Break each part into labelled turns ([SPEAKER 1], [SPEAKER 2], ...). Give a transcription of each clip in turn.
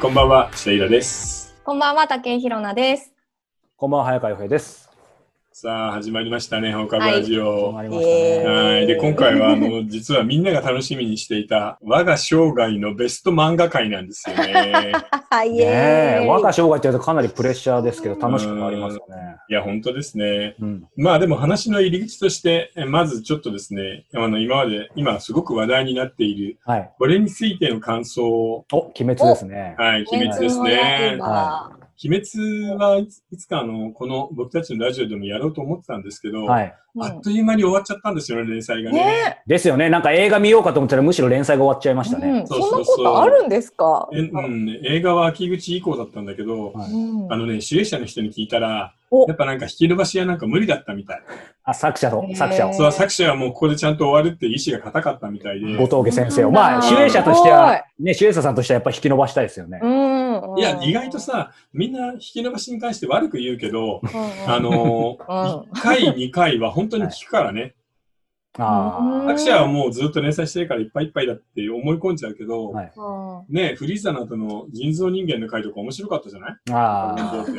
[SPEAKER 1] こんばんは、下平です。
[SPEAKER 2] こんばんは、竹井ひろなです。
[SPEAKER 3] こんばんは、早川洋平です。
[SPEAKER 1] さあ、始まりましたね、放課後ラジ
[SPEAKER 3] 始
[SPEAKER 1] オ。
[SPEAKER 3] ま
[SPEAKER 1] は
[SPEAKER 3] りましたね。
[SPEAKER 1] い、
[SPEAKER 2] え
[SPEAKER 1] で、今回は、あの、 実はみんなが楽しみにしていた、我が生涯のベスト漫画会なんですよ ね。
[SPEAKER 2] は
[SPEAKER 3] ねえ、我が生涯って言うとかなりプレッシャーですけど、楽しくもありますよね。
[SPEAKER 1] いや、本当ですね。
[SPEAKER 3] うん。
[SPEAKER 1] まあでも話の入り口として、えまずちょっとですね、あの、今まで、今すごく話題になっている、
[SPEAKER 3] はい。
[SPEAKER 1] これについての感想を、
[SPEAKER 3] お、鬼滅ですね。
[SPEAKER 1] はい、鬼滅ですね。
[SPEAKER 2] は
[SPEAKER 1] 鬼滅はいついつかあの、この僕たちのラジオでもやろうと思ってたんですけど、
[SPEAKER 3] はい。
[SPEAKER 1] あっという間に終わっちゃったんですよね、連載がね。
[SPEAKER 2] ね
[SPEAKER 3] ですよね。なんか映画見ようかと思ったら、むしろ連載が終わっちゃいましたね。
[SPEAKER 1] そうそうそう
[SPEAKER 2] んですか
[SPEAKER 1] えうん、映画は秋口以降だったんだけど、
[SPEAKER 3] はい
[SPEAKER 2] うん
[SPEAKER 1] あのね、主演者の人に聞いたら
[SPEAKER 2] お、
[SPEAKER 1] やっぱなんか引き伸ばしはなんか無理だったみたい。
[SPEAKER 3] あ、作者
[SPEAKER 2] へ
[SPEAKER 3] と
[SPEAKER 2] え、
[SPEAKER 3] 作者を
[SPEAKER 2] へ。
[SPEAKER 1] そう、作者はもうここでちゃんと終わるっていう意思が固かったみたいで、
[SPEAKER 3] 後峠先生を。
[SPEAKER 2] そうなんだ
[SPEAKER 3] まあ、主演者としては、ね、主演者さんとしてはやっぱ引き伸ばしたいですよね。
[SPEAKER 2] うん
[SPEAKER 1] いや、意外と、さ、みんな引き伸ばしに関して悪く言うけど、
[SPEAKER 2] うん
[SPEAKER 1] あ、の
[SPEAKER 2] うん
[SPEAKER 1] ー、1回、2回は本当に聞くからね。
[SPEAKER 3] あ
[SPEAKER 2] うん
[SPEAKER 1] 作者はもうずっと連載してるからいっぱいいっぱいだって思い込んじゃうけど、
[SPEAKER 3] はい
[SPEAKER 2] うん
[SPEAKER 1] ね、フリーザの後の人造人間の回とか面白かったじゃない
[SPEAKER 3] あ。ああ。
[SPEAKER 1] 文豪って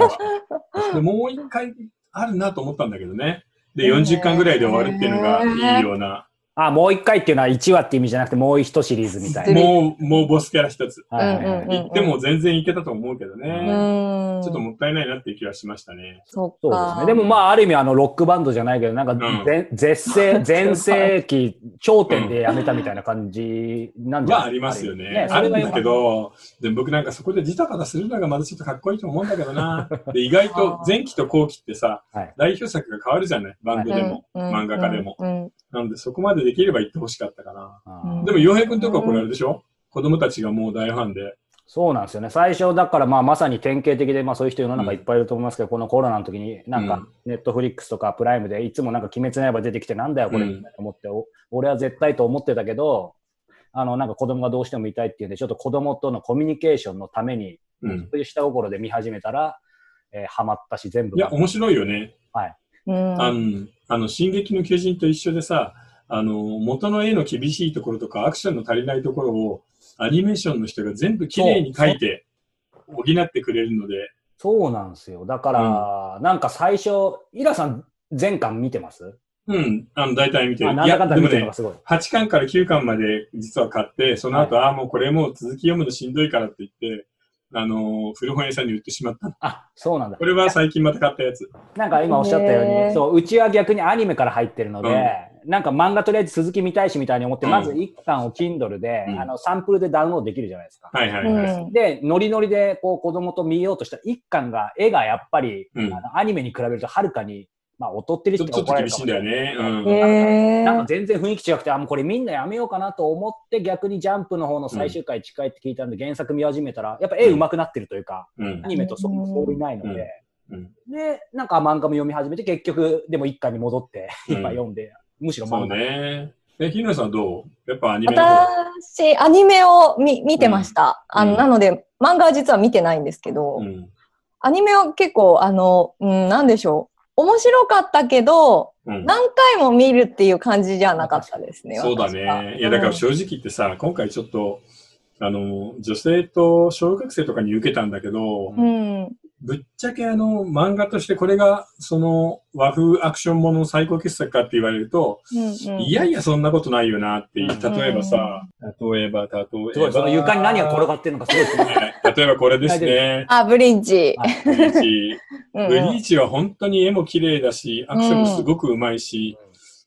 [SPEAKER 1] でもう一回あるなと思ったんだけどね。で、40巻ぐらいで終わるっていうのがいいような。
[SPEAKER 3] あ、もう一回っていうのは1話って意味じゃなくて、もう一シリーズみたいな。
[SPEAKER 1] もう、もうボスキャラ一つ。
[SPEAKER 3] はいはいはい
[SPEAKER 2] うんうん
[SPEAKER 1] 行っても全然いけたと思うけどね。
[SPEAKER 2] うん
[SPEAKER 1] ちょっともったいないなっていう気はしましたね。
[SPEAKER 2] そ
[SPEAKER 3] そ
[SPEAKER 2] っ
[SPEAKER 3] うです
[SPEAKER 2] か。
[SPEAKER 3] ね。でもまあ、ある意味、あの、ロックバンドじゃないけど、なんか
[SPEAKER 1] ん
[SPEAKER 3] ぜ、絶世、全盛期、頂点でやめたみたいな感じなんじゃ
[SPEAKER 1] は
[SPEAKER 3] ない
[SPEAKER 1] ありますよね。
[SPEAKER 3] そ
[SPEAKER 1] あ
[SPEAKER 3] れ
[SPEAKER 1] るん
[SPEAKER 3] が良
[SPEAKER 1] だ
[SPEAKER 3] かった
[SPEAKER 1] けど、でも僕なんかそこでジタバタするのがまだちょっとかっこいいと思うんだけどな。で意外と前期と後期ってさ
[SPEAKER 3] はい、
[SPEAKER 1] 代表作が変わるじゃないバンドでも。
[SPEAKER 2] うん
[SPEAKER 1] 漫画家でも。
[SPEAKER 2] うん
[SPEAKER 1] なのでそこまでできれば行ってほしかったかな。
[SPEAKER 3] あー
[SPEAKER 1] でも、洋平君とかこれあれでしょ子供たちがもう大ファンで。
[SPEAKER 3] そうなんですよね。最初、だからまあ、まさに典型的で、まあ、そういう人世の中いっぱいいると思いますけど、このコロナの時に、なん
[SPEAKER 1] う
[SPEAKER 3] か、ネットフリックスとかプライムで、いつもなんか、鬼滅の刃出てきて、なんだよ、これ、
[SPEAKER 1] うん
[SPEAKER 3] みたいな思って、お俺は絶対と思ってたけど、あの、なんか子供がどうしてもいたいっていうんで、ちょっと子供とのコミュニケーションのために、
[SPEAKER 1] うん。
[SPEAKER 3] そういう下心で見始めたら、えーハマったし、全部。
[SPEAKER 1] いや、面白いよね。
[SPEAKER 2] うん
[SPEAKER 1] あの、あの、進撃の巨人と一緒でさ、あの、元の絵の厳しいところとか、アクションの足りないところを、アニメーションの人が全部綺麗に描いて、補ってくれるので、
[SPEAKER 3] そうなんですよ。だから、なんか最初、イラさん、全巻見てます
[SPEAKER 1] うん、あの、大体見てる。
[SPEAKER 3] あ、ないん
[SPEAKER 1] や、
[SPEAKER 3] だかんだ
[SPEAKER 1] で
[SPEAKER 3] 見
[SPEAKER 1] も
[SPEAKER 3] てるの
[SPEAKER 1] ね
[SPEAKER 3] が、すごい。
[SPEAKER 1] 8巻から9巻まで実は買って、その後、
[SPEAKER 3] はい
[SPEAKER 1] ああ、もうこれもう続き読むのしんどいからって言って、あの、古本屋さんに売ってしまった。
[SPEAKER 3] あ、そうなんだ
[SPEAKER 1] こ。れは最近また買ったやつ。
[SPEAKER 3] なんか今おっしゃったように、
[SPEAKER 2] へー
[SPEAKER 3] そう、うちは逆にアニメから入ってるので、なんか漫画とりあえず続き見たいしみたいに思って、
[SPEAKER 1] うん
[SPEAKER 3] まず1巻を Kindle で、
[SPEAKER 1] うん
[SPEAKER 3] あの、サンプルでダウンロードできるじゃないですか。
[SPEAKER 1] はいは
[SPEAKER 2] う
[SPEAKER 1] い
[SPEAKER 2] ん
[SPEAKER 1] はい。
[SPEAKER 3] で、ノリノリでこう子供と見ようとした1巻が、絵がやっぱり、
[SPEAKER 1] うん
[SPEAKER 3] あのアニメに比べるとはるかに、まあ、劣ってる
[SPEAKER 1] ちょ
[SPEAKER 3] って
[SPEAKER 1] ちょっ
[SPEAKER 3] 怒
[SPEAKER 1] と
[SPEAKER 3] られ
[SPEAKER 1] 厳
[SPEAKER 3] るか
[SPEAKER 1] しい
[SPEAKER 3] も
[SPEAKER 1] んだ
[SPEAKER 3] れ
[SPEAKER 1] よ
[SPEAKER 3] な
[SPEAKER 1] ね。う
[SPEAKER 3] い
[SPEAKER 1] ん。
[SPEAKER 2] へ
[SPEAKER 3] なんか
[SPEAKER 2] ー
[SPEAKER 3] 全然雰囲気違くて、あ、もうこれみんなやめようかなと思って、逆にジャンプの方の最終回近いって聞いたんで、原作見始めたら、やっぱ絵上手くなってるというか、
[SPEAKER 1] うん
[SPEAKER 3] ア。ニメとそ
[SPEAKER 2] うん
[SPEAKER 3] そういないので、
[SPEAKER 1] うん
[SPEAKER 3] で、なんか漫画も読み始めて、結局、でも一巻に戻って、
[SPEAKER 1] うん
[SPEAKER 3] いっぱい読んで、むしろ
[SPEAKER 1] そう
[SPEAKER 3] 漫画。
[SPEAKER 1] ね。え、ひなさんどうやっぱアニメの方
[SPEAKER 2] 私、アニメを見見てました。
[SPEAKER 1] うん
[SPEAKER 2] あの
[SPEAKER 1] うん
[SPEAKER 2] なので、漫画は実は見てないんですけど、
[SPEAKER 1] うん。
[SPEAKER 2] アニメは結構、あの、うん、なんでしょう。面白かったけど、
[SPEAKER 1] うん。
[SPEAKER 2] 何回も見るっていう感じじゃなかったですね。
[SPEAKER 1] そうだ
[SPEAKER 2] 私は
[SPEAKER 1] ね。いや、だから正直言ってさ、今回ちょっと、あの、女性と小学生とかに受けたんだけど、
[SPEAKER 2] うん。
[SPEAKER 1] ぶっちゃけあの、漫画としてこれが、その、和風アクションものの最高傑作かって言われると、
[SPEAKER 2] うんうん
[SPEAKER 1] いやいや、そんなことないよなっていう。
[SPEAKER 3] うん
[SPEAKER 1] 例えばさ、例えば、例えば。
[SPEAKER 3] すごい、その床に何が転
[SPEAKER 1] っ
[SPEAKER 3] がってるのかすごい気になる。
[SPEAKER 1] 例えばこれですね。
[SPEAKER 2] あ、ブリッジ。
[SPEAKER 3] はい
[SPEAKER 1] ブリーチ。
[SPEAKER 2] うんうん
[SPEAKER 1] ブリーチは本当に絵も綺麗だし、アクションもすごくうまいし、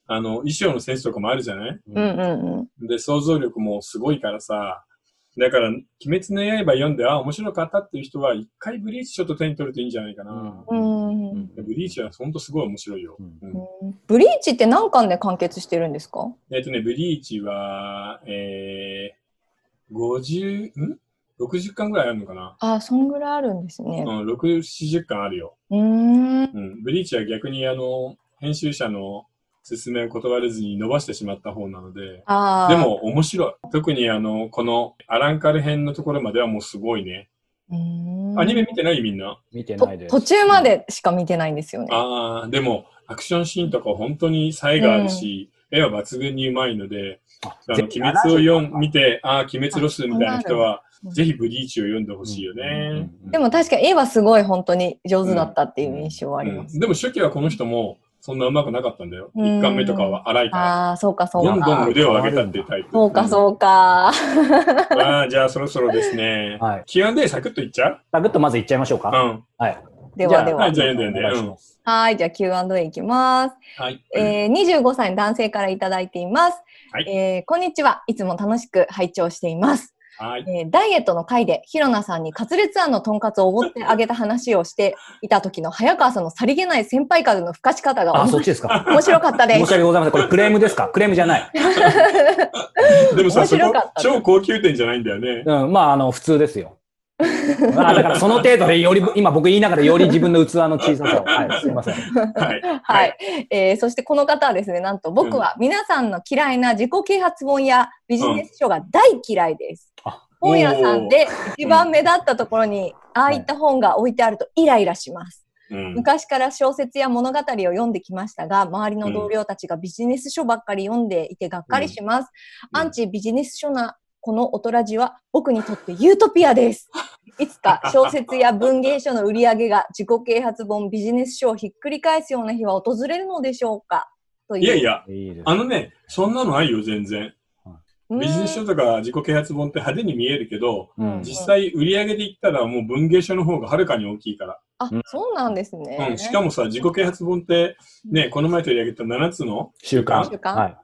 [SPEAKER 1] あの、衣装のセンスとかもあるじゃない
[SPEAKER 2] うんうんうん。
[SPEAKER 1] で、想像力もすごいからさ、だから、鬼滅の刃読んで、あ、面白かったっていう人は、一回ブリーチちょっと手に取るといいんじゃないかな。
[SPEAKER 2] うん
[SPEAKER 3] うん
[SPEAKER 1] ブリーチはほんとすごい面白いよ。
[SPEAKER 3] うん
[SPEAKER 1] うん
[SPEAKER 2] ブリーチって何巻で完結してるんですか
[SPEAKER 1] えっとね、ブリーチは、えー、50、ん ?60 巻ぐらいあるのかな
[SPEAKER 2] あ、そんぐらいあるんですね。
[SPEAKER 1] うん、6、70巻あるよ。
[SPEAKER 2] うーん。
[SPEAKER 1] うん。ブリーチは逆に、あの、編集者の勧めを断れずに伸ばしてしまった方なので、
[SPEAKER 2] ああ。
[SPEAKER 1] でも面白い。特にあの、このアランカル編のところまではもうすごいね。
[SPEAKER 2] うーん、
[SPEAKER 1] アニメ見てないみんな。
[SPEAKER 3] 見て
[SPEAKER 2] と
[SPEAKER 3] ないです
[SPEAKER 2] 途。中までしか見てないんですよね。
[SPEAKER 1] ああ、でも、アクションシーンとか本当に差異があるし、絵は抜群にうまいので、あの、
[SPEAKER 3] 全
[SPEAKER 1] 鬼
[SPEAKER 3] 部
[SPEAKER 1] 滅を
[SPEAKER 3] 70
[SPEAKER 1] 読ん見て、ああ、鬼滅ロスみたいな人は、
[SPEAKER 2] うん
[SPEAKER 1] ぜひブリーチを読んでほしいよね。
[SPEAKER 2] でも確かに絵はすごい本当に上手だったっていう印象はあります。
[SPEAKER 1] うんでも初期はこの人もそんな上手くなかったんだよ。
[SPEAKER 2] うん
[SPEAKER 1] 1巻目とかは荒いか
[SPEAKER 2] ああ、そうかそ
[SPEAKER 1] ら。
[SPEAKER 2] う
[SPEAKER 1] どん
[SPEAKER 2] か。
[SPEAKER 1] どん腕を上げたっていうタイプ。
[SPEAKER 2] そうかそうか。
[SPEAKER 1] うんああ、じゃあそろそろですね。
[SPEAKER 3] はい
[SPEAKER 1] Q&A サクッといっちゃ
[SPEAKER 3] サクッとまずいっちゃいましょう
[SPEAKER 1] う
[SPEAKER 3] か。
[SPEAKER 1] うん。
[SPEAKER 3] はい。
[SPEAKER 2] ではで
[SPEAKER 1] は、。
[SPEAKER 2] はい
[SPEAKER 1] じゃあ読んで読んで。
[SPEAKER 3] お願い
[SPEAKER 1] うん
[SPEAKER 3] します。
[SPEAKER 2] はい、じゃあ Q&A いきます。
[SPEAKER 1] はい。
[SPEAKER 2] えー、25歳の男性からいただいています。
[SPEAKER 1] はい
[SPEAKER 2] えーこんにちは。いつも楽しく拝聴しています。
[SPEAKER 1] はい。
[SPEAKER 2] えーダイエットの回で、ひろなさんにカツレツ庵のとんかつをおごってあげた話をしていた時の早川さんのさりげない先輩風の吹かし方が
[SPEAKER 3] あ、
[SPEAKER 2] 面
[SPEAKER 3] そ
[SPEAKER 2] 白
[SPEAKER 3] っちですか。
[SPEAKER 2] 面白かったで
[SPEAKER 3] 申し
[SPEAKER 2] す。
[SPEAKER 3] 訳ございません。これクレームですかクレームじゃない。
[SPEAKER 1] でもさ、そ
[SPEAKER 2] 面白
[SPEAKER 1] こ
[SPEAKER 2] かった、
[SPEAKER 1] 超高級店じゃないんだよね。
[SPEAKER 3] うん、まあ、あの、普通ですよ。あだからその程度でより、今僕言いながらより自分の器の小ささを。はい、すいません。
[SPEAKER 1] はい。
[SPEAKER 2] はい、えーそしてこの方はですね、なんと僕は皆さんの嫌いな自己啓発本やビジネス書が大嫌いです。
[SPEAKER 3] あ
[SPEAKER 2] 本屋さんで一番目立ったところに、ああいった本が置いてあるとイライラします。
[SPEAKER 1] うん。
[SPEAKER 2] 昔から小説や物語を読んできましたが、周りの同僚たちがビジネス書ばっかり読んでいてがっかりします。
[SPEAKER 1] うん
[SPEAKER 2] アンチビジネス書なこのオトラジは僕にとってユートピ アです。いつか小説や文芸書の売り上げが自己啓発本ビジネス書をひっくり返すような日は訪れるのでしょうかという。
[SPEAKER 1] いやいや、
[SPEAKER 3] いいです
[SPEAKER 1] あのね、そんなのないよ、全然。
[SPEAKER 2] うん、
[SPEAKER 1] ビジネス書とか自己啓発本って派手に見えるけど、
[SPEAKER 3] うん
[SPEAKER 1] 実際売り上げで言ったらもう文芸書の方がはるかに大きいか
[SPEAKER 2] あ、そうなんです
[SPEAKER 1] ら。
[SPEAKER 2] ね。
[SPEAKER 1] うん。しかもさ、自己啓発本って、ね、この前取り上げた7つの、
[SPEAKER 3] 習慣。
[SPEAKER 2] 習慣
[SPEAKER 3] はい。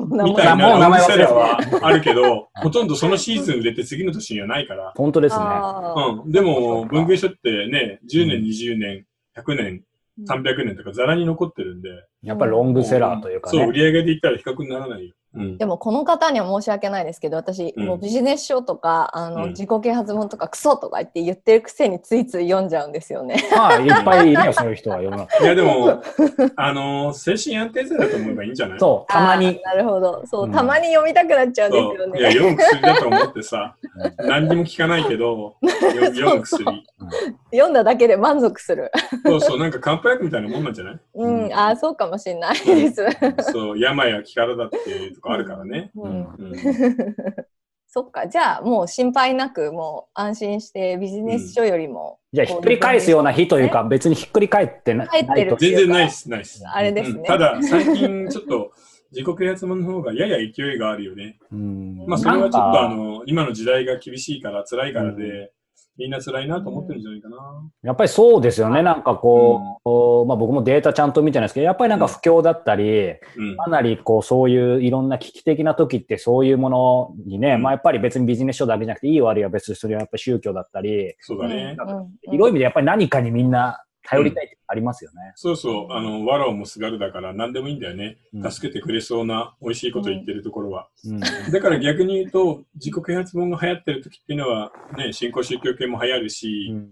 [SPEAKER 2] 名
[SPEAKER 1] み
[SPEAKER 2] 前
[SPEAKER 1] たい
[SPEAKER 3] もう名
[SPEAKER 1] な
[SPEAKER 3] 前
[SPEAKER 1] ロング
[SPEAKER 3] 忘
[SPEAKER 1] セ
[SPEAKER 3] れ
[SPEAKER 1] ラ
[SPEAKER 3] た
[SPEAKER 1] ーはあるけど、ほとんどそのシーズン売れて次の年にはないから。
[SPEAKER 3] 本当ですね。
[SPEAKER 2] あー
[SPEAKER 1] うん。で
[SPEAKER 3] そう
[SPEAKER 1] も、
[SPEAKER 3] か
[SPEAKER 1] 文芸書ってね、10
[SPEAKER 3] う
[SPEAKER 1] 年、
[SPEAKER 3] ん
[SPEAKER 1] 20年、100年、300年とかざらに残ってるんで、
[SPEAKER 3] やっぱりロングセラーというか
[SPEAKER 1] そう、売
[SPEAKER 3] ね。
[SPEAKER 1] り上げで言ったら比較にならないよ。うん。
[SPEAKER 2] でもこの方には申し訳ないですけど私、
[SPEAKER 1] うん
[SPEAKER 2] もうビジネス書とかあの、
[SPEAKER 1] うん
[SPEAKER 2] 自己啓発本とかクソとか言って言ってるくせについつい読んじゃうんです よね。
[SPEAKER 3] まあ、いっぱいいるよ、そういう人は世の中。
[SPEAKER 1] いや、でも、あのー精神安定剤だと思えばいいんじゃない
[SPEAKER 3] そう、たまに。
[SPEAKER 2] あーなるほどそう、
[SPEAKER 3] うん
[SPEAKER 2] たまに読みたくなっちゃうんですよ
[SPEAKER 1] いや、
[SPEAKER 2] ね。
[SPEAKER 1] 読む薬だと思ってさ、何にも効かないけ ど、よ読む薬。
[SPEAKER 2] 読んだだけで満足 する。
[SPEAKER 1] そうそう、なんか漢方薬みたいなもんなんじゃない
[SPEAKER 2] うん、
[SPEAKER 3] うん
[SPEAKER 2] あーそうかもしれないです。
[SPEAKER 1] そう、病は気からだっていうとこあるからね。
[SPEAKER 2] う
[SPEAKER 3] うんん
[SPEAKER 1] うん、
[SPEAKER 2] そっかじゃあもう心配なくもう安心してビジネス書よりも、
[SPEAKER 3] じゃあ、ひっくり返すような日というか、別にひっくり返ってな
[SPEAKER 2] 返ってる
[SPEAKER 3] ないと
[SPEAKER 1] 全然ないっす、ないっす。
[SPEAKER 2] あれですね。
[SPEAKER 1] うんただ、最近ちょっと自己啓発本の方がやや勢いがあるよね。
[SPEAKER 3] うん
[SPEAKER 1] まあ、それはちょっ
[SPEAKER 3] なん
[SPEAKER 1] と
[SPEAKER 3] か
[SPEAKER 1] あの、今の時代が厳しいから、辛いからで、
[SPEAKER 3] う
[SPEAKER 1] みんな辛いなと思ってるんじゃないかな。
[SPEAKER 3] やっぱりそうですよね。なんかこう、まあ僕もデータちゃんと見てないですけど、やっぱりなんか不況だったり、
[SPEAKER 1] うん。
[SPEAKER 3] かなりこうそういういろんな危機的な時ってそういうものにね、
[SPEAKER 1] うん
[SPEAKER 3] まあやっぱり別にビジネス書だけじゃなくていい悪いは別にそれはやっぱり宗教だったり、
[SPEAKER 1] そうだね。
[SPEAKER 2] うんうん
[SPEAKER 3] いろいろ意味でやっぱり何かにみんな頼りたいってありますよね。
[SPEAKER 1] そうそう、あの、わらをもすがるだから何でもいいんだよね。
[SPEAKER 3] うん
[SPEAKER 1] 助けてくれそうな、美味しいこと言ってるところは。
[SPEAKER 3] うん
[SPEAKER 1] だから逆に言うと、自己啓発本が流行ってる時っていうのは、ね、新興宗教系も流行るし、
[SPEAKER 3] うん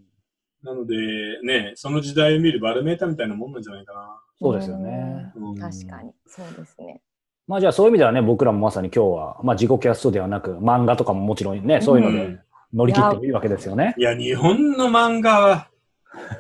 [SPEAKER 1] なので、ね、その時代を見るバロメーターみたいなもんなんじゃないかな。
[SPEAKER 3] そうですよね。
[SPEAKER 1] うん
[SPEAKER 2] 確かにそうですね。
[SPEAKER 3] まあじゃあそういう意味ではね、僕らもまさに今日は、まあ自己啓発書ではなく、漫画とかももちろんね、そういうの
[SPEAKER 1] う
[SPEAKER 3] で
[SPEAKER 1] ん
[SPEAKER 3] 乗り切ってもいいわけですよね。
[SPEAKER 1] いや、日本の漫画は、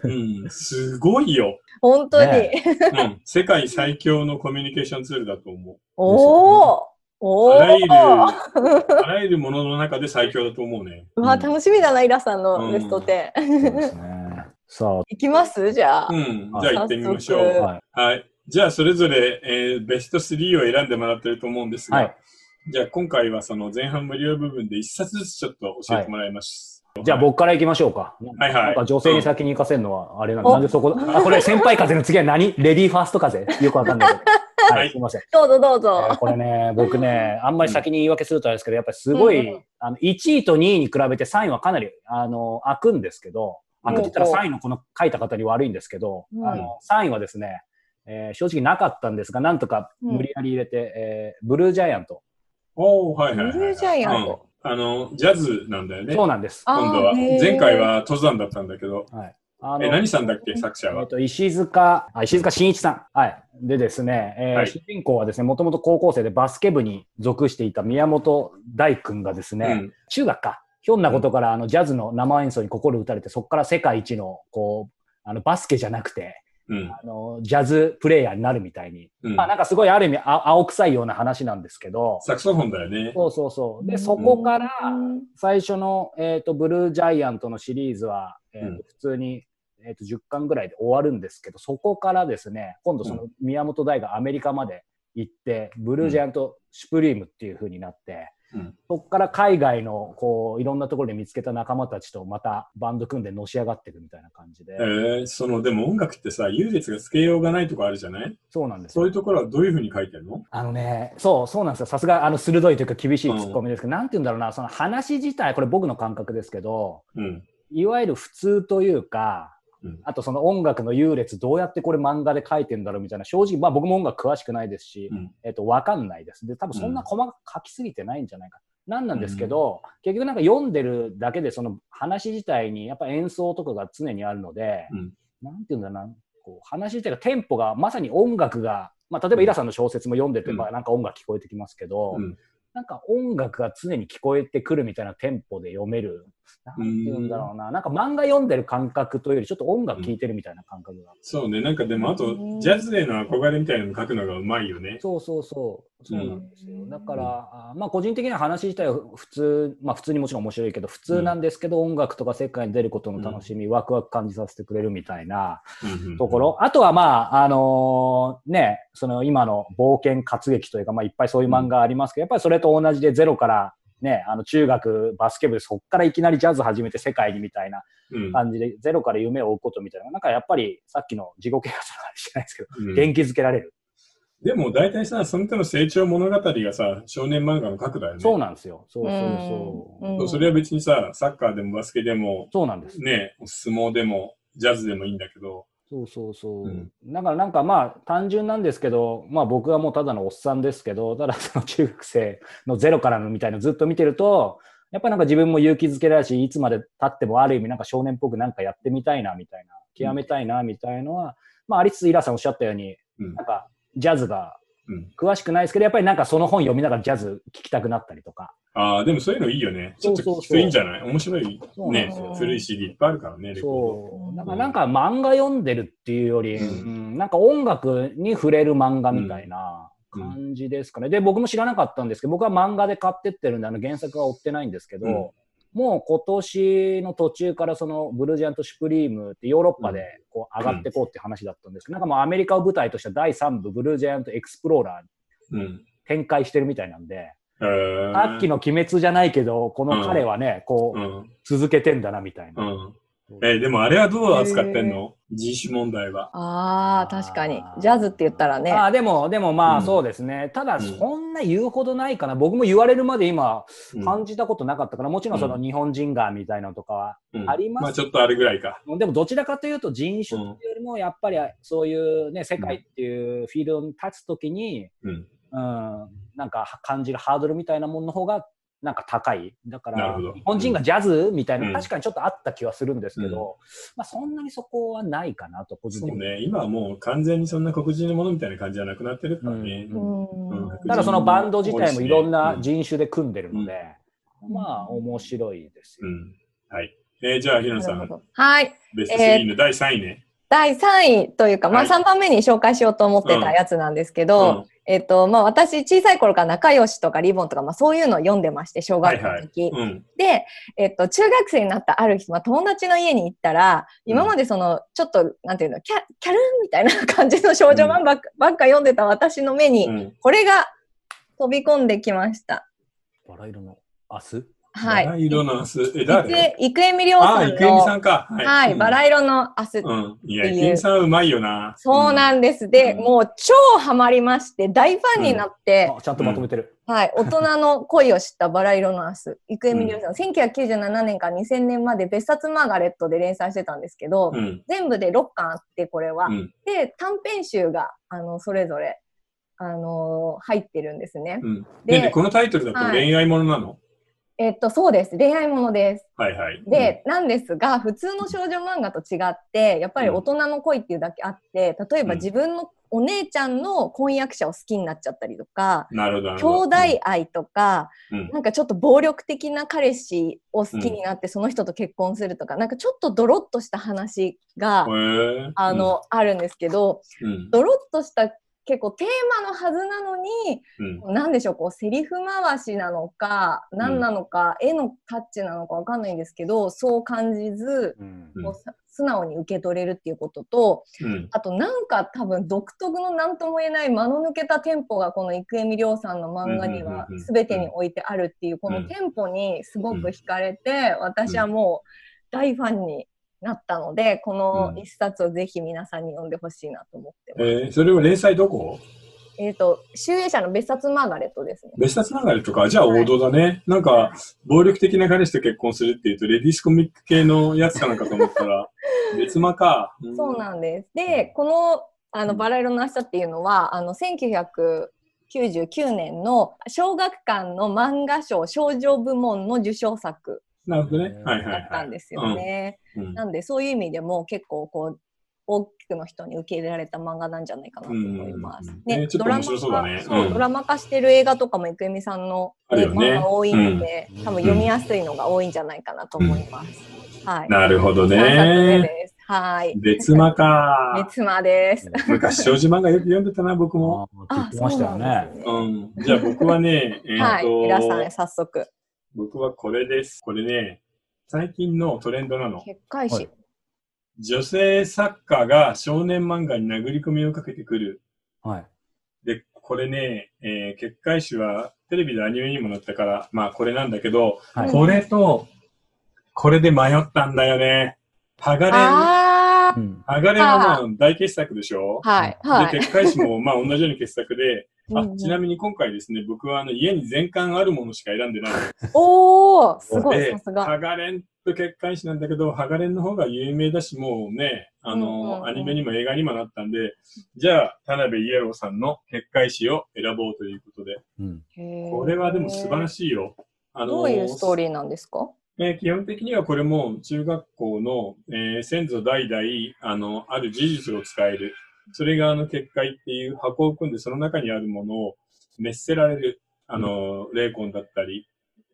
[SPEAKER 1] うん、すごいよ。
[SPEAKER 2] 本当に、
[SPEAKER 3] ね
[SPEAKER 1] うん、世界最強のコミュニケーションツールだと思
[SPEAKER 2] おお、
[SPEAKER 1] う。
[SPEAKER 2] お
[SPEAKER 1] あ
[SPEAKER 2] お
[SPEAKER 1] らゆる、あらゆるものの中で最強だと思うね。
[SPEAKER 2] うわ、楽しみだな、イラさん
[SPEAKER 1] う
[SPEAKER 2] の
[SPEAKER 1] ん
[SPEAKER 2] ベスト10。
[SPEAKER 3] そうですね。さ
[SPEAKER 2] いきますじゃあ。
[SPEAKER 1] うん、
[SPEAKER 3] はい
[SPEAKER 1] じゃあ行ってみましょ
[SPEAKER 2] 早
[SPEAKER 3] あ、
[SPEAKER 1] う。
[SPEAKER 2] 速
[SPEAKER 3] はい。
[SPEAKER 1] はい。じゃあそれぞれ、えーベスト3を選んでもらってると思うんですが、
[SPEAKER 3] はい
[SPEAKER 1] じゃあ今回はその前半無料部分で1冊ずつちょっと教えてもらいます。
[SPEAKER 3] じゃあ僕から行きましょうか。
[SPEAKER 1] はいはい
[SPEAKER 3] なんか女性に先に行かせるのはあれなんで、
[SPEAKER 2] お
[SPEAKER 3] なんでそこ、あ、これ先輩風の次は何レディーファースト風よくわかんないけ ど。は
[SPEAKER 1] はい
[SPEAKER 3] い、すいません。
[SPEAKER 2] どうぞどう
[SPEAKER 3] えー
[SPEAKER 2] ぞ。
[SPEAKER 3] これね、僕ね、あんまり先に言い訳するとあれですけど、やっぱりすごい、
[SPEAKER 2] うんうん
[SPEAKER 3] あの、1位と2位に比べて3位はかなり、あの、開くんですけど、開くって言ったら
[SPEAKER 2] うん
[SPEAKER 3] 3位のこの書いた方に悪いんですけど、
[SPEAKER 2] うん
[SPEAKER 3] あの、3位はですね、えー正直なかったんですが、なんとか無理やり入れて、えーブルージャイアント。
[SPEAKER 1] おー、はい
[SPEAKER 2] ブ
[SPEAKER 1] は
[SPEAKER 2] ル
[SPEAKER 1] い、はい。
[SPEAKER 2] ージャイアン
[SPEAKER 1] うん
[SPEAKER 2] ト。
[SPEAKER 1] あの、ジャズなんだよね。
[SPEAKER 3] そう
[SPEAKER 1] 今
[SPEAKER 3] なんです。
[SPEAKER 2] あー
[SPEAKER 1] 度は。
[SPEAKER 2] へー
[SPEAKER 1] 前回は登山だったんだけど。
[SPEAKER 3] はい。あ
[SPEAKER 1] え、何さんだっけ作者
[SPEAKER 3] えっ
[SPEAKER 1] は。
[SPEAKER 3] と、石塚、あ石塚真一さん。はい。でですね、えー
[SPEAKER 1] はい
[SPEAKER 3] 主人公はですね、もともと高校生でバスケ部に属していた宮本大君がですね、
[SPEAKER 1] うん。
[SPEAKER 3] 中学か、ひょんなことからあのジャズの生演奏に心打たれて、そこから世界一の、こう、あのバスケじゃなくて、
[SPEAKER 1] うん。
[SPEAKER 3] あの、ジャズプレイヤーになるみたいに。
[SPEAKER 1] うん
[SPEAKER 3] まあ、なんかすごいある意味あ青臭いような話なんですけど、
[SPEAKER 1] サクソフォンだよね。
[SPEAKER 3] そうそうそう。
[SPEAKER 2] う
[SPEAKER 3] で、
[SPEAKER 2] ん
[SPEAKER 3] そこから、
[SPEAKER 2] うん
[SPEAKER 3] 最初の、えっ、と、ブルージャイアントのシリーズは、えーと
[SPEAKER 1] うん
[SPEAKER 3] 普通に、えっ、と、10巻ぐらいで終わるんですけど、そこからですね、今度その宮本大がアメリカまで行って、ブルージャイアントシュプリームっていう風になって、
[SPEAKER 1] うん
[SPEAKER 3] そこから海外の、こう、いろんなところで見つけた仲間たちとまたバンド組んでのし上がっていくみたいな感じ
[SPEAKER 1] え
[SPEAKER 3] で、
[SPEAKER 1] ー、その、でも音楽ってさ、優劣がつけようがないとこあるじゃない
[SPEAKER 3] そうなんです
[SPEAKER 1] そう
[SPEAKER 3] よ
[SPEAKER 1] いうところはどういうふうに書いてるの
[SPEAKER 3] あのね、そう、そうなんですよ。さすが、あの、鋭いというか厳しいツッコミですけど、なんて言うんだろうな、その話自体、これ僕の感覚ですけど、
[SPEAKER 1] うん。
[SPEAKER 3] いわゆる普通というか、
[SPEAKER 1] うん
[SPEAKER 3] あとその音楽の優劣、どうやってこれ漫画で書いてんだろうみたいな、正直、まあ僕も音楽詳しくないですし、
[SPEAKER 1] うん
[SPEAKER 3] えっと、わかんないです。で、多分そんな細かく書きすぎてないんじゃないか。なんなんですけど、結局なんか読んでるだけで、その話自体に、やっぱ演奏とかが常にあるので、
[SPEAKER 1] うん
[SPEAKER 3] なんていうんだろうな、こう話自体がテンポが、まさに音楽が、まあ例えばイラさんの小説も読んでて、
[SPEAKER 1] うん
[SPEAKER 3] まあなんか音楽聞こえてきますけど、
[SPEAKER 1] うん
[SPEAKER 3] なんか音楽が常に聞こえてくるみたいなテンポで読める。なんて言うんだろうな。なんか漫画読んでる感覚というよりちょっと音楽聴いてるみたいな感覚が。
[SPEAKER 1] そうね、なんかでも、あと
[SPEAKER 2] うん、
[SPEAKER 1] ジャズへの憧れみたいなの書くのがうまいよね。
[SPEAKER 3] そうそうそう。そうなんですよ。
[SPEAKER 2] うん
[SPEAKER 3] だから、あまあ個人的には話自体は普通、まあ普通にもちろん面白いけど、普通なんですけど、音楽とか世界に出ることの楽しみ、ワクワク感じさせてくれるみたいな
[SPEAKER 1] うんうん
[SPEAKER 3] ところ。あとはまあ、あのーね、その今の冒険活劇というか、まあいっぱいそういう漫画ありますけど、やっぱりそれと同じでゼロから、ね、あの中学バスケ部でそっからいきなりジャズ始めて世界にみたいな
[SPEAKER 1] うん
[SPEAKER 3] 感じでゼロから夢を追うことみたいな、なんかやっぱりさっきの自己啓発の話じゃないですけど、
[SPEAKER 1] うん
[SPEAKER 3] 元気づけられる。
[SPEAKER 1] でも大体さ、その手の成長物語がさ、少年漫画の核だよね。
[SPEAKER 3] そうなんですよ。そうそ
[SPEAKER 2] う
[SPEAKER 3] う
[SPEAKER 2] ん
[SPEAKER 3] そう。
[SPEAKER 1] そうそれは別にさ、サッカーでもバスケでも、
[SPEAKER 3] そうなんです。
[SPEAKER 1] ね、相撲でも、ジャズでもいいんだけど、
[SPEAKER 3] そうそうそう。
[SPEAKER 1] うん
[SPEAKER 3] だからなんかまあ単純なんですけど、まあ僕はもうただのおっさんですけど、ただその中学生のゼロからのみたいのずっと見てると、やっぱなんか自分も勇気づけられるし、いつまで経ってもある意味なんか少年っぽくなんかやってみたいなみたいな、極めたいなみたいのは、まあありつつイラさんおっしゃったように、
[SPEAKER 1] うん
[SPEAKER 3] なんかジャズが
[SPEAKER 1] うん
[SPEAKER 3] 詳しくないですけど、やっぱりなんかその本読みながらジャズ聴きたくなったりとか。
[SPEAKER 1] ああ、でもそういうのいいよね。ち
[SPEAKER 3] そ
[SPEAKER 1] ょ
[SPEAKER 3] う
[SPEAKER 1] っと
[SPEAKER 3] そうそ
[SPEAKER 1] 聞
[SPEAKER 3] う
[SPEAKER 1] くといいんじゃない面白い
[SPEAKER 3] そうなん
[SPEAKER 1] ね
[SPEAKER 3] ですよ。
[SPEAKER 1] 古い CD いっぱいあるからね、レコ
[SPEAKER 3] そう。だか
[SPEAKER 1] う
[SPEAKER 3] ら
[SPEAKER 1] ん
[SPEAKER 3] なんか漫画読んでるっていうより、
[SPEAKER 1] うん
[SPEAKER 3] うんなんか音楽に触れる漫画みたいな
[SPEAKER 1] うん
[SPEAKER 3] 感じですかね。で、僕も知らなかったんですけど、僕は漫画で買ってってるんで、あの原作は追ってないんですけど、
[SPEAKER 1] うん
[SPEAKER 3] もう今年の途中からそのブルージャイアント・シュプリームってヨーロッパでこう上がってこうって話だったんですけど、なんかもうアメリカを舞台とした第3部ブルージャイアント・エクスプローラーに
[SPEAKER 1] ード。うん。
[SPEAKER 3] 展開してるみたいなんで、
[SPEAKER 1] えー
[SPEAKER 3] さっきの鬼滅じゃないけど、この彼はね、こ
[SPEAKER 1] う。
[SPEAKER 3] うん続けてんだなみたいな。
[SPEAKER 1] うん。えーでもあれはどう扱ってんの人種問題は。
[SPEAKER 2] ああ、確かに。ジャズって言ったらね。
[SPEAKER 3] あーでも、でもま
[SPEAKER 1] う
[SPEAKER 3] あ
[SPEAKER 1] ん
[SPEAKER 3] そうですね。ただ、
[SPEAKER 1] うん
[SPEAKER 3] そんな言うほどないかな。僕も言われるまで今、
[SPEAKER 1] うん
[SPEAKER 3] 感じたことなかったから、もちろんその
[SPEAKER 1] うん
[SPEAKER 3] 日本人がみたいなのとかは。
[SPEAKER 1] うん
[SPEAKER 3] あります
[SPEAKER 1] まあちょっとあれぐらいか。
[SPEAKER 3] でも、どちらかというと人種というよりも、やっぱりそういうね、世界っていうフィールドに立つときに、
[SPEAKER 1] うん。
[SPEAKER 3] うん、なんか感じるハードルみたいなものの方が、なんか高い。だか
[SPEAKER 1] なる
[SPEAKER 3] ら、
[SPEAKER 1] ほど
[SPEAKER 3] 日本人がジャズみたいな、
[SPEAKER 1] うん
[SPEAKER 3] 確かにちょっとあった気はするんですけ
[SPEAKER 1] う
[SPEAKER 3] ど、まあそんなにそこはないかなと、個人
[SPEAKER 1] そ
[SPEAKER 3] 的
[SPEAKER 1] う
[SPEAKER 3] に。
[SPEAKER 1] ね。今はもう完全にそんな黒人のものみたいな感じじゃなくなってるからね。
[SPEAKER 3] う
[SPEAKER 2] うん
[SPEAKER 1] うん
[SPEAKER 3] ただそのバンド自体もいろんな
[SPEAKER 1] うん
[SPEAKER 3] 人種で組んでるので、
[SPEAKER 2] うん
[SPEAKER 3] まあ面白いです
[SPEAKER 1] う
[SPEAKER 3] よ。
[SPEAKER 1] ん。はい。えーじゃあ、ひろ
[SPEAKER 2] な
[SPEAKER 1] さ
[SPEAKER 2] るほ
[SPEAKER 1] ん、
[SPEAKER 2] ど。はい。
[SPEAKER 1] ベスト3の第3位ね。
[SPEAKER 2] 第3位というか、ま
[SPEAKER 1] は
[SPEAKER 2] あ、
[SPEAKER 1] い
[SPEAKER 2] 3番目に紹介しようと思ってたやつなんですけど、
[SPEAKER 1] うん
[SPEAKER 2] えっとまあ、私小さい頃から仲良しとかリボンとか、まあ、そういうのを読んでまして小学校の時、
[SPEAKER 1] うん。
[SPEAKER 2] で、えっと、中学生になったある日、まあ、友達の家に行ったら今までそのちょっとなんていうのキャキャルンみたいな感じの少女漫画ばっか,、 読んでた私の目に、
[SPEAKER 1] うん。
[SPEAKER 2] これが飛び込んできました。
[SPEAKER 3] バラ色の明日
[SPEAKER 2] はい、
[SPEAKER 1] バラ色の明日。え、
[SPEAKER 2] 郁
[SPEAKER 1] 誰
[SPEAKER 2] 恵郁恵美涼
[SPEAKER 1] ああ、
[SPEAKER 2] さん
[SPEAKER 1] 郁恵美さ
[SPEAKER 2] の
[SPEAKER 1] んか。
[SPEAKER 2] 「はいバ
[SPEAKER 1] ラ
[SPEAKER 2] ラ色の明日」
[SPEAKER 1] うん。いや、
[SPEAKER 2] っていう
[SPEAKER 1] 郁恵美さんはうまいよな。
[SPEAKER 2] そう
[SPEAKER 1] うん
[SPEAKER 2] なんです。で、
[SPEAKER 1] うん
[SPEAKER 2] もう超ハマりまして、大ファンになって、
[SPEAKER 3] あちゃんとまとめてる。
[SPEAKER 2] はい、大人の恋を知ったバラ色の明日、郁恵美涼さん、1997年から2000年まで別冊マーガレットで連載してたんですけど、
[SPEAKER 1] うん。
[SPEAKER 2] 全部で6巻あって、これは。
[SPEAKER 1] うん
[SPEAKER 2] で、短編集が、あの、それぞれ、あのー入ってるんですね。
[SPEAKER 1] うん。
[SPEAKER 2] で
[SPEAKER 1] で、でこのタイトルだと
[SPEAKER 2] はい
[SPEAKER 1] 恋愛ものなの
[SPEAKER 2] えっと、そうです。恋愛ものです。
[SPEAKER 1] はいはい。
[SPEAKER 2] で、なんですが普通の少女漫画と違ってやっぱり大人の恋っていうだけあって例えば
[SPEAKER 1] うん
[SPEAKER 2] 自分のお姉ちゃんの婚約者を好きになっちゃったりとか、
[SPEAKER 1] なるほど。なる
[SPEAKER 2] 兄
[SPEAKER 1] ほ
[SPEAKER 2] 弟
[SPEAKER 1] ど
[SPEAKER 2] 愛とか、
[SPEAKER 1] うんうん
[SPEAKER 2] なんかちょっと暴力的な彼氏を好きになってその人と結婚するとか、なんかちょっとドロッとした話が、
[SPEAKER 1] へえ
[SPEAKER 2] あ、の、あるんですけど、
[SPEAKER 1] うんうん
[SPEAKER 2] ドロッとした結構テーマのはずなのに、
[SPEAKER 1] うん
[SPEAKER 2] なんでしょう、こう、セリフ回しなのか、何なのか、絵のタッチなのかわかんないんですけど、そう感じず、
[SPEAKER 3] うん
[SPEAKER 1] うん
[SPEAKER 2] こうさ素直に受け取れるっていうことと、
[SPEAKER 1] うん
[SPEAKER 2] あとなんか多分独特の何とも言えない間の抜けたテンポがこの郁恵美涼さんの漫画には
[SPEAKER 1] うんうんうんうん
[SPEAKER 2] 全てにおいてあるっていうこのテンポにすごく惹かれて私はもう大ファンになったのでこの一冊をぜひ皆さんに読んでほしいなと思ってます。
[SPEAKER 1] えーそれは連載どこ
[SPEAKER 2] えっ、と、集英社の別冊マーガレットですね。
[SPEAKER 1] 別冊流れとか、じゃあ王道だね。なんか、暴力的な彼氏と結婚するっていうと、レディースコミック系のやつかなんかと思った ら、別間か。
[SPEAKER 2] そうなんです。で、この、あの、バラ色の明日っていうのは、あの、1999年の小学館の漫画賞少女部門の受賞作
[SPEAKER 1] なるほどね。はいはい
[SPEAKER 2] だ
[SPEAKER 1] は
[SPEAKER 2] った
[SPEAKER 1] い
[SPEAKER 2] ん。ですよね。
[SPEAKER 1] うん
[SPEAKER 2] なんで、そういう意味でも結構こう、大きくの人に受け入れられた漫画なんじゃないかなと思います。
[SPEAKER 1] うんねちょっと面白そうだね
[SPEAKER 2] ドラマ
[SPEAKER 1] うん
[SPEAKER 2] 化そうドラマ化してる映画とかも郁恵美さんの、
[SPEAKER 1] あるよね
[SPEAKER 2] 漫画多いので、
[SPEAKER 3] うん
[SPEAKER 2] 多分読みやすいのが多いんじゃないかなと思います。はい。
[SPEAKER 1] なるほど
[SPEAKER 2] 三冊目
[SPEAKER 1] ね。
[SPEAKER 2] です。はい。
[SPEAKER 1] 別間か。
[SPEAKER 2] 別間です。
[SPEAKER 1] 昔、少女漫画よく読んでたな、僕も。
[SPEAKER 3] あーって言ってましたよね。
[SPEAKER 1] うん。じゃあ僕は ね、え
[SPEAKER 2] は
[SPEAKER 1] っ
[SPEAKER 2] い。皆さん、
[SPEAKER 1] と、
[SPEAKER 2] 早速。
[SPEAKER 1] 僕はこれです。これね、最近のトレンドなの。
[SPEAKER 2] 結界誌。
[SPEAKER 1] 女性作家が少年漫画に殴り込みをかけてくる。
[SPEAKER 3] はい。
[SPEAKER 1] で、これね、えー、結界誌はテレビでアニメにもなったから、まあこれなんだけど、
[SPEAKER 3] はい
[SPEAKER 1] これと、これで迷ったんだよね。ハガレン、ハ
[SPEAKER 2] あ
[SPEAKER 3] う
[SPEAKER 2] ー。
[SPEAKER 3] ん
[SPEAKER 1] ガレンはまあ大傑作でしょ
[SPEAKER 2] はい。はい
[SPEAKER 1] で、。結界誌もまあ同じような傑作で、
[SPEAKER 2] う
[SPEAKER 1] あ
[SPEAKER 2] んうん
[SPEAKER 1] ちなみに今回ですね、僕はあの家に全巻あるものしか選んでない
[SPEAKER 2] おー、すご
[SPEAKER 1] の
[SPEAKER 2] い、
[SPEAKER 1] で
[SPEAKER 2] さす、が。
[SPEAKER 1] ハガレンと結界誌なんだけど、ハガレンの方が有名だし、もうね、あの、
[SPEAKER 2] うんうんうん
[SPEAKER 1] アニメにも映画にもなったんで、じゃあ、田辺イエローさんの結界誌を選ぼうということで、
[SPEAKER 3] うん
[SPEAKER 1] これはでも素晴ら
[SPEAKER 2] しい。
[SPEAKER 1] しいよ。あ
[SPEAKER 2] どういうストーリーなんですか
[SPEAKER 1] えー基本的にはこれも中学校の、えー先祖代々あのある事実を使える。それがあの結界っていう箱を組んでその中にあるものを滅せられる。あの、霊魂だったり、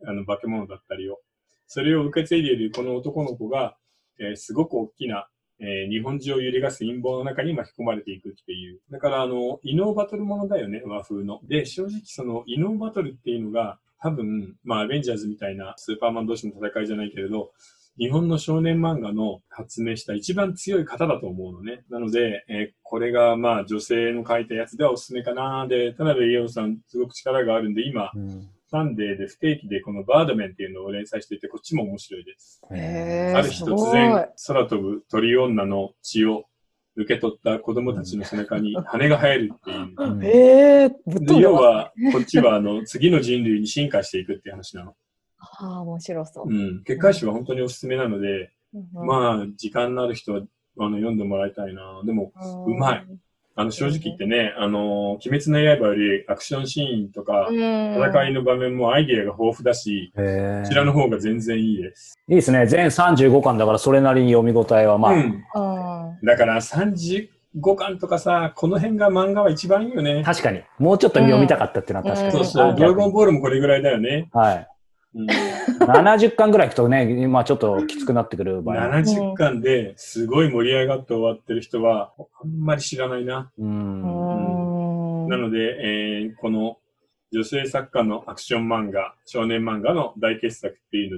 [SPEAKER 1] あの化け物だったりを。それを受け継いでいるこの男の子が、えーすごく大きな、えー日本中を揺りがす陰謀の中に巻き込まれていくっていう。だから、あの、異能バトルものだよね、和風の。で、正直その異能バトルっていうのが、多分、まあ、アベンジャーズみたいなスーパーマン同士の戦いじゃないけれど、日本の少年漫画の発明した一番強い方だと思うのね。なので、えーこれがまあ女性の書いたやつではおすすめかな。で、田辺イオさんすごく力があるんで、今、
[SPEAKER 3] うん
[SPEAKER 1] サンデーで不定期でこのバードメンっていうのを連載していて、こっちも面白いです。
[SPEAKER 2] へー
[SPEAKER 1] ある日突
[SPEAKER 2] すごい
[SPEAKER 1] 然、空飛ぶ鳥女の血を受け取った子供たちの背中に羽が生えるっていう。
[SPEAKER 3] うん
[SPEAKER 2] えー、ぶっ飛
[SPEAKER 1] で
[SPEAKER 2] んで
[SPEAKER 1] 要
[SPEAKER 2] ます。
[SPEAKER 1] は、こっちはあの次の人類に進化していくっていう話なの。
[SPEAKER 2] ああ、面白そう
[SPEAKER 1] う。ん。結界誌は本当におすすめなので、
[SPEAKER 2] あ、
[SPEAKER 1] まあ、時間のある人はあの読んでもらいたいな。でも、
[SPEAKER 2] う
[SPEAKER 1] うまい。あの正直言ってね、あの、鬼滅の刃よりアクションシーンとか、戦
[SPEAKER 2] 戦
[SPEAKER 1] いの場面もアイディアが豊富だし、
[SPEAKER 3] へ
[SPEAKER 1] こちら
[SPEAKER 3] ー
[SPEAKER 1] の方が全然いいです。
[SPEAKER 3] いいですね。全35巻だから、それなりに読み応えは、まあ
[SPEAKER 1] う、ん。だから35巻とかさ、この辺が漫画は一番いいよね。
[SPEAKER 3] 確かに。もうちょっと読みたかったっていうのは確かに。
[SPEAKER 1] そうそう、
[SPEAKER 3] あ
[SPEAKER 1] ドラゴンボールもこれぐらいだよね。
[SPEAKER 3] はい。
[SPEAKER 1] うん、
[SPEAKER 3] 70巻ぐらいいくとね、今ちょっときつくなってくる場合も。
[SPEAKER 1] 70巻ですごい盛り上がって終わってる人は、あんまり知らないな。
[SPEAKER 3] うん。
[SPEAKER 2] うん。
[SPEAKER 1] なので、えーこの女性作家のアクション漫画、少年漫画の大傑作っていう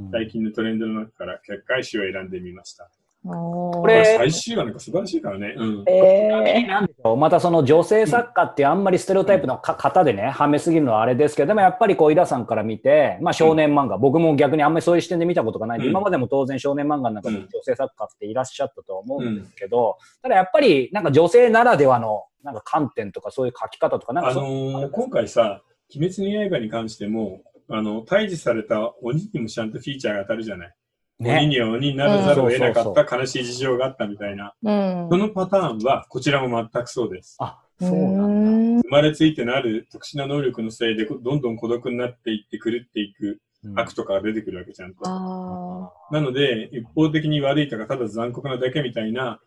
[SPEAKER 1] ので、最近のトレンドの中から結界誌を選んでみました。
[SPEAKER 2] こ
[SPEAKER 3] これ
[SPEAKER 1] 最終話なんか素晴らしいからね。うん。
[SPEAKER 2] え
[SPEAKER 3] なんでしょうまたその女性作家ってあんまりステレオタイプのか型でね、はめすぎるのはあれですけど、でもやっぱりこう、井田さんから見て、まあ少年漫画、僕も逆にあんまりそういう視点で見たことがないん
[SPEAKER 1] う
[SPEAKER 3] で、
[SPEAKER 1] ん
[SPEAKER 3] 今までも当然少年漫画の中
[SPEAKER 1] う
[SPEAKER 3] で
[SPEAKER 1] ん
[SPEAKER 3] 女性作家っていらっしゃったとは思うんですけど、ただやっぱりなんか女性ならではのなんか観点とかそういう書き方とか、なん
[SPEAKER 1] あ
[SPEAKER 3] か
[SPEAKER 1] の
[SPEAKER 3] そ
[SPEAKER 1] ー今回さ、鬼滅の刃に関しても、あの、退治された鬼にもちゃんとフィーチャーが当たるじゃない。鬼
[SPEAKER 3] ね。
[SPEAKER 1] には鬼にならざるを得な
[SPEAKER 3] うん
[SPEAKER 1] か
[SPEAKER 3] そ
[SPEAKER 1] った悲しい事情があったみたいな。
[SPEAKER 2] ー。
[SPEAKER 1] そのパターンは、こちらも全くそうです。
[SPEAKER 3] あ、そうなんだ。
[SPEAKER 2] ん
[SPEAKER 1] 生まれついてのある特殊な能力のせいで、どんどん孤独になっていって狂っていく
[SPEAKER 3] うん
[SPEAKER 1] 悪とかが出てくるわけじゃんと。
[SPEAKER 2] あ
[SPEAKER 1] なので、一方的に悪いとか、ただ残酷なだけみたいな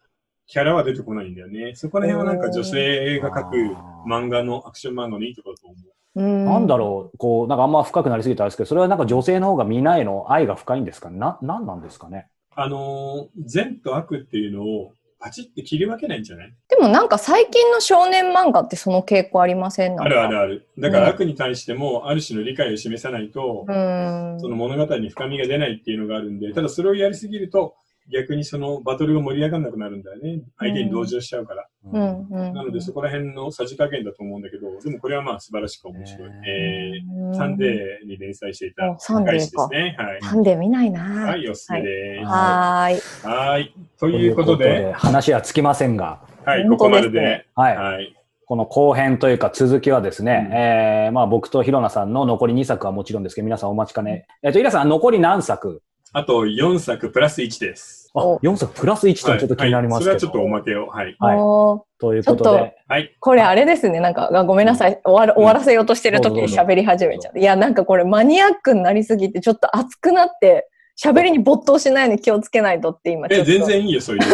[SPEAKER 1] キャラは出てこないんだよね。そこら辺はなんか女性が描く
[SPEAKER 3] あー
[SPEAKER 1] 漫画の、アクション漫画のいいところだと思う。
[SPEAKER 2] な
[SPEAKER 3] なんだろう、こう、なんかあんま深くなりすぎたんですけど、それはなんか女性の方が見ないの愛が深いんですかね。な、なんなんですかね。
[SPEAKER 1] あのー善と悪っていうのをパチって切り分けないんじゃない
[SPEAKER 2] でもなんか最近の少年漫画ってその傾向ありませんな
[SPEAKER 1] あ
[SPEAKER 2] んか
[SPEAKER 1] るあるある。だから
[SPEAKER 2] うん
[SPEAKER 1] 悪に対してもある種の理解を示さないと、
[SPEAKER 2] うーん
[SPEAKER 1] その物語に深みが出ないっていうのがあるんで、ただそれをやりすぎると、逆にそのバトルが盛り上がらなくなるんだよね。相手に同情しちゃうから。
[SPEAKER 2] う。んうん
[SPEAKER 1] なのでそこら辺のさじ加減だと思うんだけど、でもこれはまあ素晴らしく面白い。え
[SPEAKER 2] う
[SPEAKER 1] ー、
[SPEAKER 2] ん
[SPEAKER 1] サンデーに連載していた
[SPEAKER 2] あサンデーか
[SPEAKER 1] 回誌ですね。はい。
[SPEAKER 2] サンデー見ない
[SPEAKER 1] は、
[SPEAKER 2] ない
[SPEAKER 1] おすすめで
[SPEAKER 2] はーい
[SPEAKER 1] す。はい。と
[SPEAKER 3] と
[SPEAKER 1] いうことで、、
[SPEAKER 3] 話はつきませんが、
[SPEAKER 1] はい、こ
[SPEAKER 2] 本当
[SPEAKER 1] こまで
[SPEAKER 2] です
[SPEAKER 1] で
[SPEAKER 2] ね。
[SPEAKER 3] はい。
[SPEAKER 1] はい。
[SPEAKER 3] この後編というか続きはですね、
[SPEAKER 1] うん
[SPEAKER 3] えーまあ僕とひろなさんの残り2作はもちろんですけど、皆さんお待ちかね。えっ、と、イラさん残り何作
[SPEAKER 1] あと4作プラス1です。
[SPEAKER 3] あ、
[SPEAKER 2] お
[SPEAKER 3] 4作プラス1ってのはちょっと気になりますけど。
[SPEAKER 1] はいはいそれはちょっとおまけを。はい。
[SPEAKER 3] はい
[SPEAKER 2] もう
[SPEAKER 3] ということ
[SPEAKER 2] ちょっ
[SPEAKER 3] で、
[SPEAKER 1] はい。
[SPEAKER 2] これあれですねなんかあごめんなさい終わる終わらせようとしてる時に喋り始めちゃういやなんかこれマニアックになりすぎてちょっと熱くなって喋りに没頭しないように気をつけないとって今ちょ
[SPEAKER 1] え、
[SPEAKER 2] っと
[SPEAKER 1] 全 然いいよ、それで。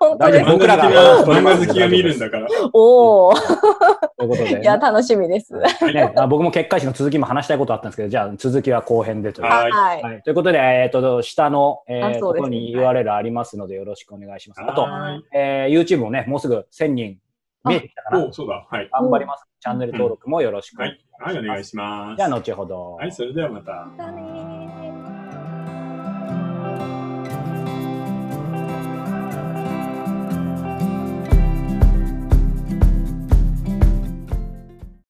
[SPEAKER 2] 本当
[SPEAKER 3] 大
[SPEAKER 2] で
[SPEAKER 3] 丈夫
[SPEAKER 2] す
[SPEAKER 3] 僕らが
[SPEAKER 1] 漫画好きが見るんだから。
[SPEAKER 2] おお
[SPEAKER 3] ということで、
[SPEAKER 2] い や楽しみです
[SPEAKER 3] ね、あ僕も結界誌の続きも話したいことあったんですけど、じゃあ続きは後編でという。
[SPEAKER 1] はい
[SPEAKER 2] はい
[SPEAKER 3] はい、ということで、えっと下の、えー
[SPEAKER 2] あそ
[SPEAKER 3] とこ
[SPEAKER 2] うですね
[SPEAKER 3] ろに URL ありますので、よろしくお願いします。あと、
[SPEAKER 1] はい
[SPEAKER 3] えー YouTube もね、もうすぐ1000人見えてきたかな
[SPEAKER 1] お、そうだ。はい。
[SPEAKER 3] 頑張ります。チャンネル登録もよろしくお
[SPEAKER 1] は
[SPEAKER 3] 願いし
[SPEAKER 1] い。はい、お願いします。
[SPEAKER 3] ます。じゃあ、後ほど。
[SPEAKER 1] はい、それではまた。
[SPEAKER 2] またねー